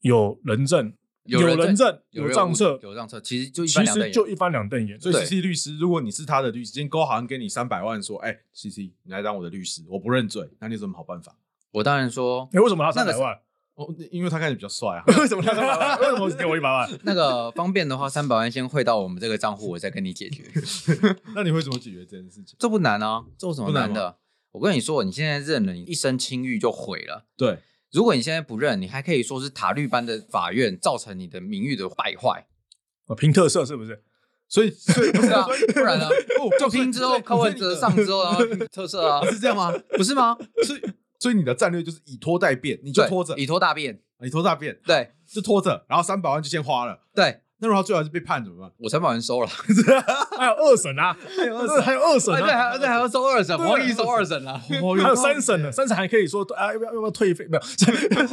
Speaker 2: 有人证、
Speaker 3: 有
Speaker 2: 人
Speaker 3: 人证
Speaker 2: 证、
Speaker 3: 有
Speaker 2: 账册，
Speaker 3: 有账册，其实就一般
Speaker 2: 其
Speaker 3: 两
Speaker 2: 实
Speaker 3: 瞪
Speaker 2: 就
Speaker 3: 眼
Speaker 2: 一翻两瞪眼。
Speaker 1: 所以
Speaker 3: 对
Speaker 1: C C 律师，如果你是他的律师，今天高行给你三百万，说：“哎、c C，你来当我的律师，我不认罪。”那你有什么好办法？
Speaker 3: 我当然说
Speaker 2: 你为什么拿
Speaker 3: 那
Speaker 2: 三
Speaker 3: 个
Speaker 2: 百万？
Speaker 1: 哦，因为他看起来比较 帅啊。
Speaker 2: 为什么拿三百 万？为什么只给我一百万？
Speaker 3: 那个方便的话，三百万先汇到我们这个账户，我再跟你解 决。
Speaker 1: 那你会怎么解决这件事情？
Speaker 3: 这不难啊，这有什么
Speaker 1: 不难
Speaker 3: 难的？我跟你说，你现在认了，你一身清誉就毁了。
Speaker 1: 对，
Speaker 3: 如果你现在不认，你还可以说是塔律班的法院造成你的名誉的败坏，
Speaker 2: 我拼哦特色是不是？
Speaker 1: 所以 所以
Speaker 3: 是啊，不然呢？
Speaker 1: 哦，
Speaker 3: 就拼之后，柯文哲上之后，然后拼特色啊，
Speaker 1: 是这样吗？
Speaker 3: 不是吗？
Speaker 1: 所以所以你的战略就是以拖代变，你就
Speaker 3: 对，
Speaker 1: 拖着，
Speaker 3: 以拖大便，
Speaker 1: 你拖大变，
Speaker 3: 对
Speaker 1: 就拖着，然后三百万就先花了。
Speaker 3: 对，
Speaker 1: 那如果他最后还是被判怎么办？
Speaker 3: 我三百 万收了，
Speaker 2: 还有二审 啊，还有二审，还有二审
Speaker 3: 而且
Speaker 2: 啊。
Speaker 3: 还而且还要收二审，
Speaker 2: 对
Speaker 3: 黄奕收二审啊，
Speaker 1: 哦
Speaker 2: 还有三审呢，，三审还可以说啊，要不要要不要退费？没有，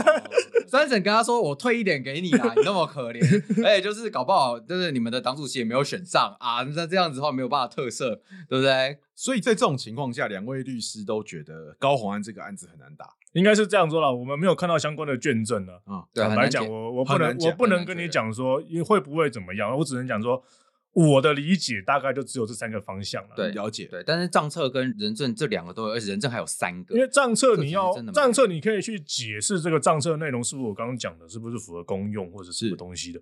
Speaker 3: 三审跟他说我退一点给你啦，你那么可怜， 而且就是搞不好就是你们的党主席也没有选上啊，那这样子的话没有办法特色，对不对？
Speaker 1: 所以在这种情况下，两位律师都觉得高洪安这个案子很难打。
Speaker 2: 应该是这样说了。我们没有看到相关的卷证呢。
Speaker 1: 啊。
Speaker 3: 对，
Speaker 2: 坦
Speaker 3: 很
Speaker 2: 白
Speaker 3: 难解
Speaker 2: 讲，我我不
Speaker 1: 很
Speaker 2: 能
Speaker 1: 难
Speaker 2: 我
Speaker 1: 讲
Speaker 2: 不
Speaker 3: 很
Speaker 2: 能
Speaker 3: 难
Speaker 2: 跟
Speaker 3: 解
Speaker 2: 你讲说因为会不会怎么样，我只能讲说我的理解大概就只有这三个方向了。
Speaker 3: 对
Speaker 1: 了解。
Speaker 3: 对，但是账册跟人证这两个都有，而且人证还有三个，
Speaker 2: 因为账册
Speaker 3: 这
Speaker 2: 你
Speaker 3: 其实
Speaker 2: 要
Speaker 3: 真的蛮
Speaker 2: 账册你可以去解释这个账册内容是不是我刚刚讲的，是不是符合公用或者是什
Speaker 1: 是
Speaker 2: 么东西的。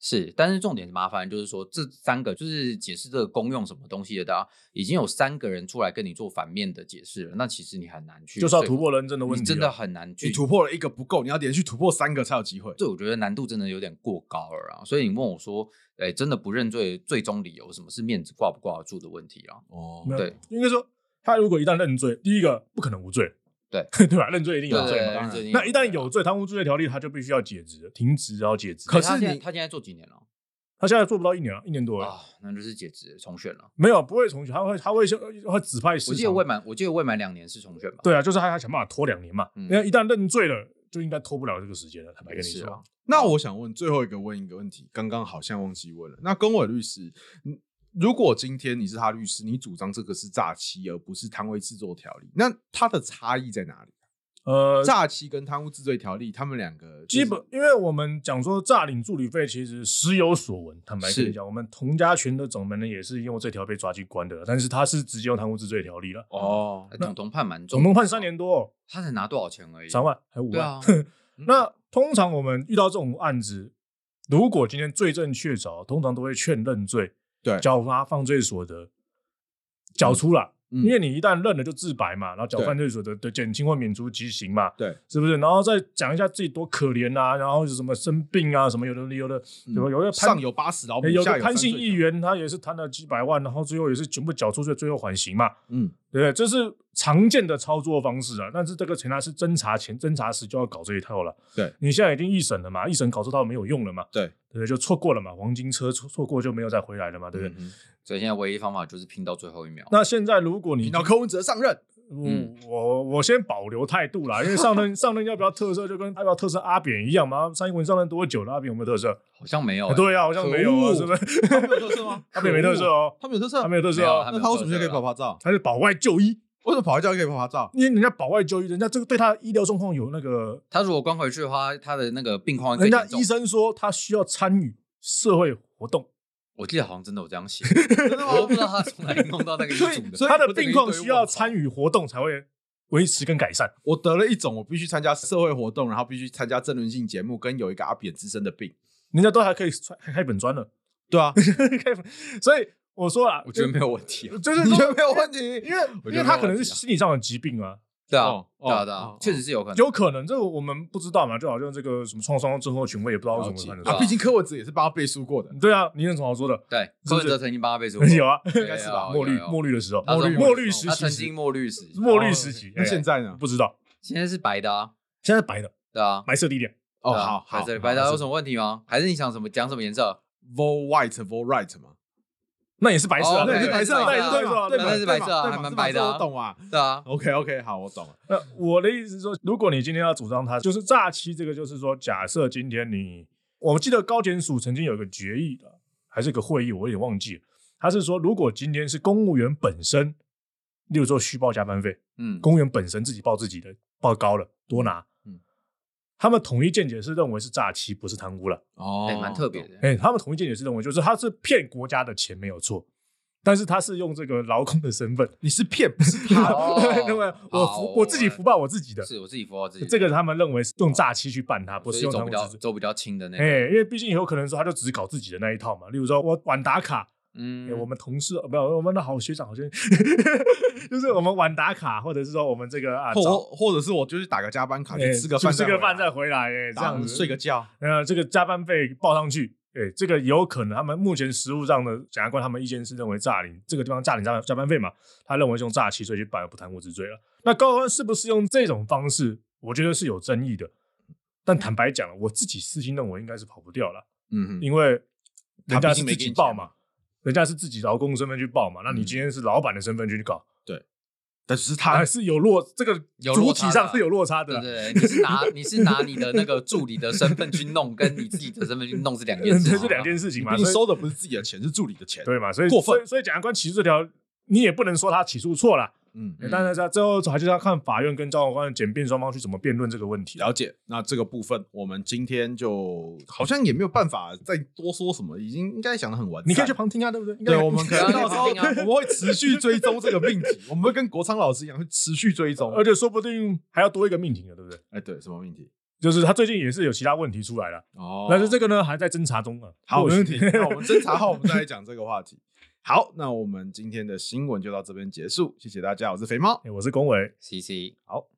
Speaker 3: 是，但是重点麻烦就是说，这三个就是解释这个公用什么东西的，大家已经有三个人出来跟你做反面的解释了，那其实你很难去
Speaker 2: 就是要
Speaker 3: 说
Speaker 2: 突
Speaker 3: 服
Speaker 2: 破人证的问
Speaker 3: 你
Speaker 2: 题啊，
Speaker 3: 真的很难
Speaker 1: 你
Speaker 3: 去
Speaker 1: 突。破了一个不够，你要连续突破三个才有机会。
Speaker 3: 这我觉得难度真的有点过高了啊！所以你问我说，哎，真的不认罪，最终理由什么是面子挂不挂得住的问题啊？
Speaker 1: 哦
Speaker 2: 没有
Speaker 3: 对，
Speaker 2: 应该说他如果一旦认罪，第一个不可能无罪，
Speaker 3: 对
Speaker 2: 对啊吧？认罪一定有罪
Speaker 1: 对
Speaker 2: 嘛。
Speaker 1: 当然
Speaker 3: 这定
Speaker 2: 那一旦
Speaker 3: 罪啊
Speaker 2: 有罪，贪污治罪条例他就必须要解职，停职然后解职。
Speaker 1: 可
Speaker 3: 哎他
Speaker 1: 是
Speaker 3: 现在
Speaker 1: 你
Speaker 3: 他现在做几年了
Speaker 2: 他现在做不到一年了，一年多了，
Speaker 3: 啊？那就是解职重选了。
Speaker 2: 没有不会重选，他会他会会指派市
Speaker 3: 我记得
Speaker 2: 场
Speaker 3: 未满，我记得未满两年是重选吧？
Speaker 2: 对啊，就是他他想办法拖两年嘛，
Speaker 3: 嗯
Speaker 2: 因为一旦认罪了，就应该拖不了这个时间了。坦白跟你
Speaker 1: 是
Speaker 2: 说，
Speaker 1: 啊那我想问最后一个问一个问题，刚刚好像忘记问了。那龚伟律师，嗯如果今天你是他律师，你主张这个是诈欺，而不是贪污治罪条例，那它的差异在哪里？
Speaker 2: 呃，
Speaker 1: 诈欺跟贪污治罪条例，他们两个就是
Speaker 2: 基本，因为我们讲说诈领助理费，其实时有所闻。坦白跟
Speaker 1: 是
Speaker 2: 你讲，我们童家群的掌门呢，也是用这条被抓去关的，但是他是直接用贪污治罪条例了，
Speaker 1: 哦，
Speaker 3: 统统判蛮重
Speaker 2: 总
Speaker 3: 的，
Speaker 2: 共判三年多，哦
Speaker 3: 他才拿多少钱而已，
Speaker 2: 三万还五
Speaker 3: 对
Speaker 2: 万。
Speaker 3: 啊
Speaker 1: 嗯
Speaker 2: 那通常我们遇到这种案子，如果今天罪证确凿，通常都会劝认罪，
Speaker 1: 对
Speaker 2: 缴发犯罪所得，缴出来。
Speaker 1: 嗯
Speaker 2: 因为你一旦认了就自白嘛，然后缴
Speaker 1: 对
Speaker 2: 犯罪所得的减轻或免除极刑嘛，
Speaker 1: 对，
Speaker 2: 是不是？然后再讲一下自己多可怜啊，然后有什么生病啊，什么有的有的有的有的
Speaker 1: 嗯上
Speaker 2: 潘
Speaker 1: 有八十老母，
Speaker 2: 呃有
Speaker 1: 下
Speaker 2: 的潘
Speaker 1: 三
Speaker 2: 姓
Speaker 1: 岁
Speaker 2: 议员他也是贪了几百万，然后最后也是全部缴出去，最后缓刑嘛，
Speaker 1: 嗯，
Speaker 2: 对不对？这是常见的操作方式啊。但是这个陈他是侦查前、侦查时就要搞这一套了。
Speaker 1: 对，
Speaker 2: 你现在已经一审了嘛，一审搞这套没有用了嘛，
Speaker 1: 对，
Speaker 2: 对不对？就错过了嘛，黄金车错错过就没有再回来了嘛，对不对？
Speaker 1: 嗯哼？
Speaker 3: 所以现在唯一方法就是拼到最后一秒。
Speaker 2: 那现在如果你
Speaker 1: 你到柯文哲上 任，
Speaker 2: 嗯，我我先保留态度啦，因为上任上任要不要特色，就跟要不要特色阿扁一样嘛。蔡英文上任多久了？阿扁有没有特色？
Speaker 3: 好像没有、欸，
Speaker 2: 对啊，好像没有
Speaker 1: 可恶
Speaker 2: 啊，是不是？
Speaker 1: 他没有特色吗？
Speaker 2: 阿扁没特色哦，
Speaker 1: 他没有特啊色，啊
Speaker 2: 他没有特色
Speaker 3: 没有
Speaker 2: 哦，
Speaker 1: 那他为什么就可以跑拍照？
Speaker 2: 他是保外就医，
Speaker 1: 为什么跑外教可以跑拍照？
Speaker 2: 因为人家保外就医，人家这个对他的医疗状况有那个，
Speaker 3: 他如果关回去的话，他的那个病况会
Speaker 2: 人
Speaker 3: 更
Speaker 2: 家
Speaker 3: 严重
Speaker 2: 医。生说他需要参与社会活动，
Speaker 3: 我记得好像真的有这样 写，我都不知道他从哪里弄到那个医
Speaker 1: 所以
Speaker 3: 嘱的。
Speaker 1: 所以
Speaker 2: 他的
Speaker 1: 不是
Speaker 2: 病况
Speaker 1: 一堆
Speaker 2: 需要
Speaker 1: 卧槽
Speaker 2: 参与活动才会维持跟改善。
Speaker 1: 我得了一种我必须参加社会活动，然后必须参加争论性节目，跟有一个阿扁之身的病。
Speaker 2: 人家都还可以穿开本专了，
Speaker 1: 对啊，
Speaker 2: 开本，所以我说啦，
Speaker 3: 我觉得没有问题 啊，
Speaker 2: 就是
Speaker 1: 你觉
Speaker 2: 说
Speaker 1: 得没有问题？
Speaker 2: 因为
Speaker 3: 我觉得
Speaker 2: 因为他
Speaker 3: 没有
Speaker 2: 可能
Speaker 3: 问
Speaker 2: 是
Speaker 3: 题啊
Speaker 2: 心理上的疾病啊，
Speaker 3: 对啊
Speaker 1: 哦，
Speaker 3: 对
Speaker 1: 哦
Speaker 3: 啊，对啊
Speaker 1: 哦，
Speaker 3: 确实是有可能。
Speaker 2: 有可能这个我们不知道嘛，就好像这个什么创伤症候群，我也不知道为什么会犯
Speaker 1: 啊，
Speaker 2: 的
Speaker 1: 毕竟柯文哲也是帮他背书过的。
Speaker 2: 对啊，你有什么好说的？
Speaker 3: 对，
Speaker 2: 是
Speaker 3: 柯
Speaker 2: 不是
Speaker 3: 文哲曾经帮他 背书，
Speaker 2: 有啊，
Speaker 3: 应该
Speaker 2: 是
Speaker 3: 是
Speaker 2: 吧？
Speaker 3: 吧
Speaker 2: 墨绿
Speaker 3: 有有
Speaker 2: 墨绿的时候，
Speaker 3: 他
Speaker 1: 墨
Speaker 3: 说
Speaker 1: 绿
Speaker 2: 墨绿时
Speaker 3: 他曾
Speaker 2: 期
Speaker 3: 经，墨绿时，哦
Speaker 2: 墨绿时期，
Speaker 1: 哦
Speaker 2: 哎
Speaker 1: 那现在呢？
Speaker 2: 不知道，
Speaker 3: 现在是白的啊，
Speaker 2: 现在白的
Speaker 3: 对啊，
Speaker 2: 白色地点，
Speaker 1: 哦，
Speaker 3: 对啊
Speaker 1: 好好
Speaker 3: 白色白的啊
Speaker 1: 好
Speaker 3: 有什么问题吗？还是你想什么讲什么颜色？
Speaker 1: vol white vol right 嘛，
Speaker 2: 那也是白色啊，
Speaker 3: 哦
Speaker 2: 也
Speaker 3: 对
Speaker 2: 是白色啊，
Speaker 3: 那
Speaker 2: 那
Speaker 3: 也
Speaker 2: 也
Speaker 3: 是
Speaker 2: 是白色
Speaker 3: 白色啊
Speaker 2: 啊，
Speaker 1: 对嘛
Speaker 2: 对
Speaker 3: 那
Speaker 2: 吧
Speaker 3: 是？白色啊
Speaker 1: 对嘛
Speaker 3: 还蛮
Speaker 1: 对嘛
Speaker 3: 白的啊
Speaker 1: 这我懂啊。
Speaker 3: 对
Speaker 2: 哦
Speaker 3: 啊，
Speaker 1: OK OK，好，我懂了。
Speaker 2: 那我的意思是说，如果你今天要主张它就是诈欺，这个就是说，假设今天你，我记得高检署曾经有一个决议的，还是一个会议，我有点忘记了。他是说，如果今天是公务员本身，例如说虚报加班费，
Speaker 3: 嗯，
Speaker 2: 公务员本身自己报自己的报高了，多拿，
Speaker 1: 嗯
Speaker 2: 嗯，他们统一见解是认为是诈欺，不是贪污了。
Speaker 1: 哦
Speaker 3: 哎，蛮特别。的。
Speaker 2: 哎、他们统一见解是认为就是他是骗国家的钱没有错，但是他是用这个劳工的身份，
Speaker 1: 你是骗，不是 他。
Speaker 3: 哦
Speaker 2: 认为我
Speaker 3: 好
Speaker 2: 福我自己福报我自己的，
Speaker 3: 是我自己服到自己，
Speaker 2: 这个他们认为是用诈欺去办他，不是
Speaker 3: 所以
Speaker 2: 用
Speaker 3: 走
Speaker 2: 贪污
Speaker 3: 比较
Speaker 2: 治罪。
Speaker 3: 走比较轻的那
Speaker 2: 哎、
Speaker 3: 个。
Speaker 2: 因为毕竟有可能说他就只搞自己的那一套嘛，例如说我晚打卡，哎
Speaker 3: 嗯，
Speaker 2: 我们同事呃不，我们的好学长 好像就是我们晚打卡，或者是说我们这个啊，
Speaker 1: 或
Speaker 2: 早
Speaker 1: 或者是我就是打个加班卡去
Speaker 2: 哎
Speaker 1: 啊吃个饭，
Speaker 2: 去吃个饭再回来，哎，
Speaker 1: 这
Speaker 2: 这
Speaker 1: 样
Speaker 2: 样
Speaker 1: 子
Speaker 2: 子
Speaker 1: 睡个觉。
Speaker 2: 呃，这个加班费报上去，哎、这个有可能他们目前实务上的检察官他们意见是认为诈领这个地方诈领加班加班费嘛，他认为是用诈欺罪去办，不贪污之罪了。那高官是不是用这种方式，我觉得是有争议的。但坦白讲，我自己私心认为应该是跑不掉了，
Speaker 1: 嗯哼，
Speaker 2: 因为
Speaker 1: 他
Speaker 2: 人家
Speaker 1: 毕
Speaker 2: 是
Speaker 1: 竟没
Speaker 2: 自
Speaker 1: 给
Speaker 2: 己
Speaker 1: 你
Speaker 2: 报
Speaker 1: 钱嘛
Speaker 2: 嘛，人家是自己劳工身份去报嘛，那你
Speaker 1: 嗯
Speaker 2: 今天是老板的身份去搞，
Speaker 1: 但是
Speaker 2: 还
Speaker 1: 他
Speaker 2: 是有落这个
Speaker 3: 有
Speaker 2: 主
Speaker 3: 落
Speaker 2: 体
Speaker 3: 差
Speaker 2: 上
Speaker 3: 的
Speaker 2: 是有落差的
Speaker 3: 对
Speaker 2: 啦。
Speaker 3: 对，对你是拿 你是拿你的那个助理的身份去弄，跟你自己的身份去弄是两件
Speaker 2: 嗯
Speaker 3: 事，
Speaker 2: 这
Speaker 3: 好
Speaker 2: 是
Speaker 3: 吗
Speaker 2: 两件事情
Speaker 1: 你
Speaker 2: 嘛，
Speaker 1: 毕竟
Speaker 2: 所以
Speaker 1: 收的不是自己的钱，是助理的钱。
Speaker 2: 对嘛？所以
Speaker 1: 过分
Speaker 2: 所以所以检察官起诉这条，你也不能说他起诉错了，
Speaker 1: 嗯，
Speaker 3: 嗯
Speaker 2: 但是在最后还是要看法院跟交往官的检辩双方去怎么辩论这个问题啊。
Speaker 1: 了解，那这个部分我们今天就好像也没有办法再多说什么，已经应该想的很完善。
Speaker 2: 你可以去旁听啊，对不对？应该
Speaker 1: 对，我们可能
Speaker 3: 对
Speaker 1: 到时候
Speaker 3: 一定啊
Speaker 1: 我们会持续追踪这个命题，我们会跟国昌老师一样，会持续追踪。
Speaker 2: 而且说不定还要多一个命题呢，对不对？
Speaker 1: 哎，对，什么命题？
Speaker 2: 就是他最近也是有其他问题出来了，
Speaker 1: 哦
Speaker 2: 但是这个呢还在侦查中啊。
Speaker 1: 好，
Speaker 2: 或
Speaker 1: 没
Speaker 2: 许
Speaker 1: 问题。那我们侦查后，我们再来讲这个话题。好，那我们今天的新闻就到这边结束，谢谢大家，我是肥猫。
Speaker 2: 哎我是龚伟。
Speaker 3: ？C C，
Speaker 1: 好。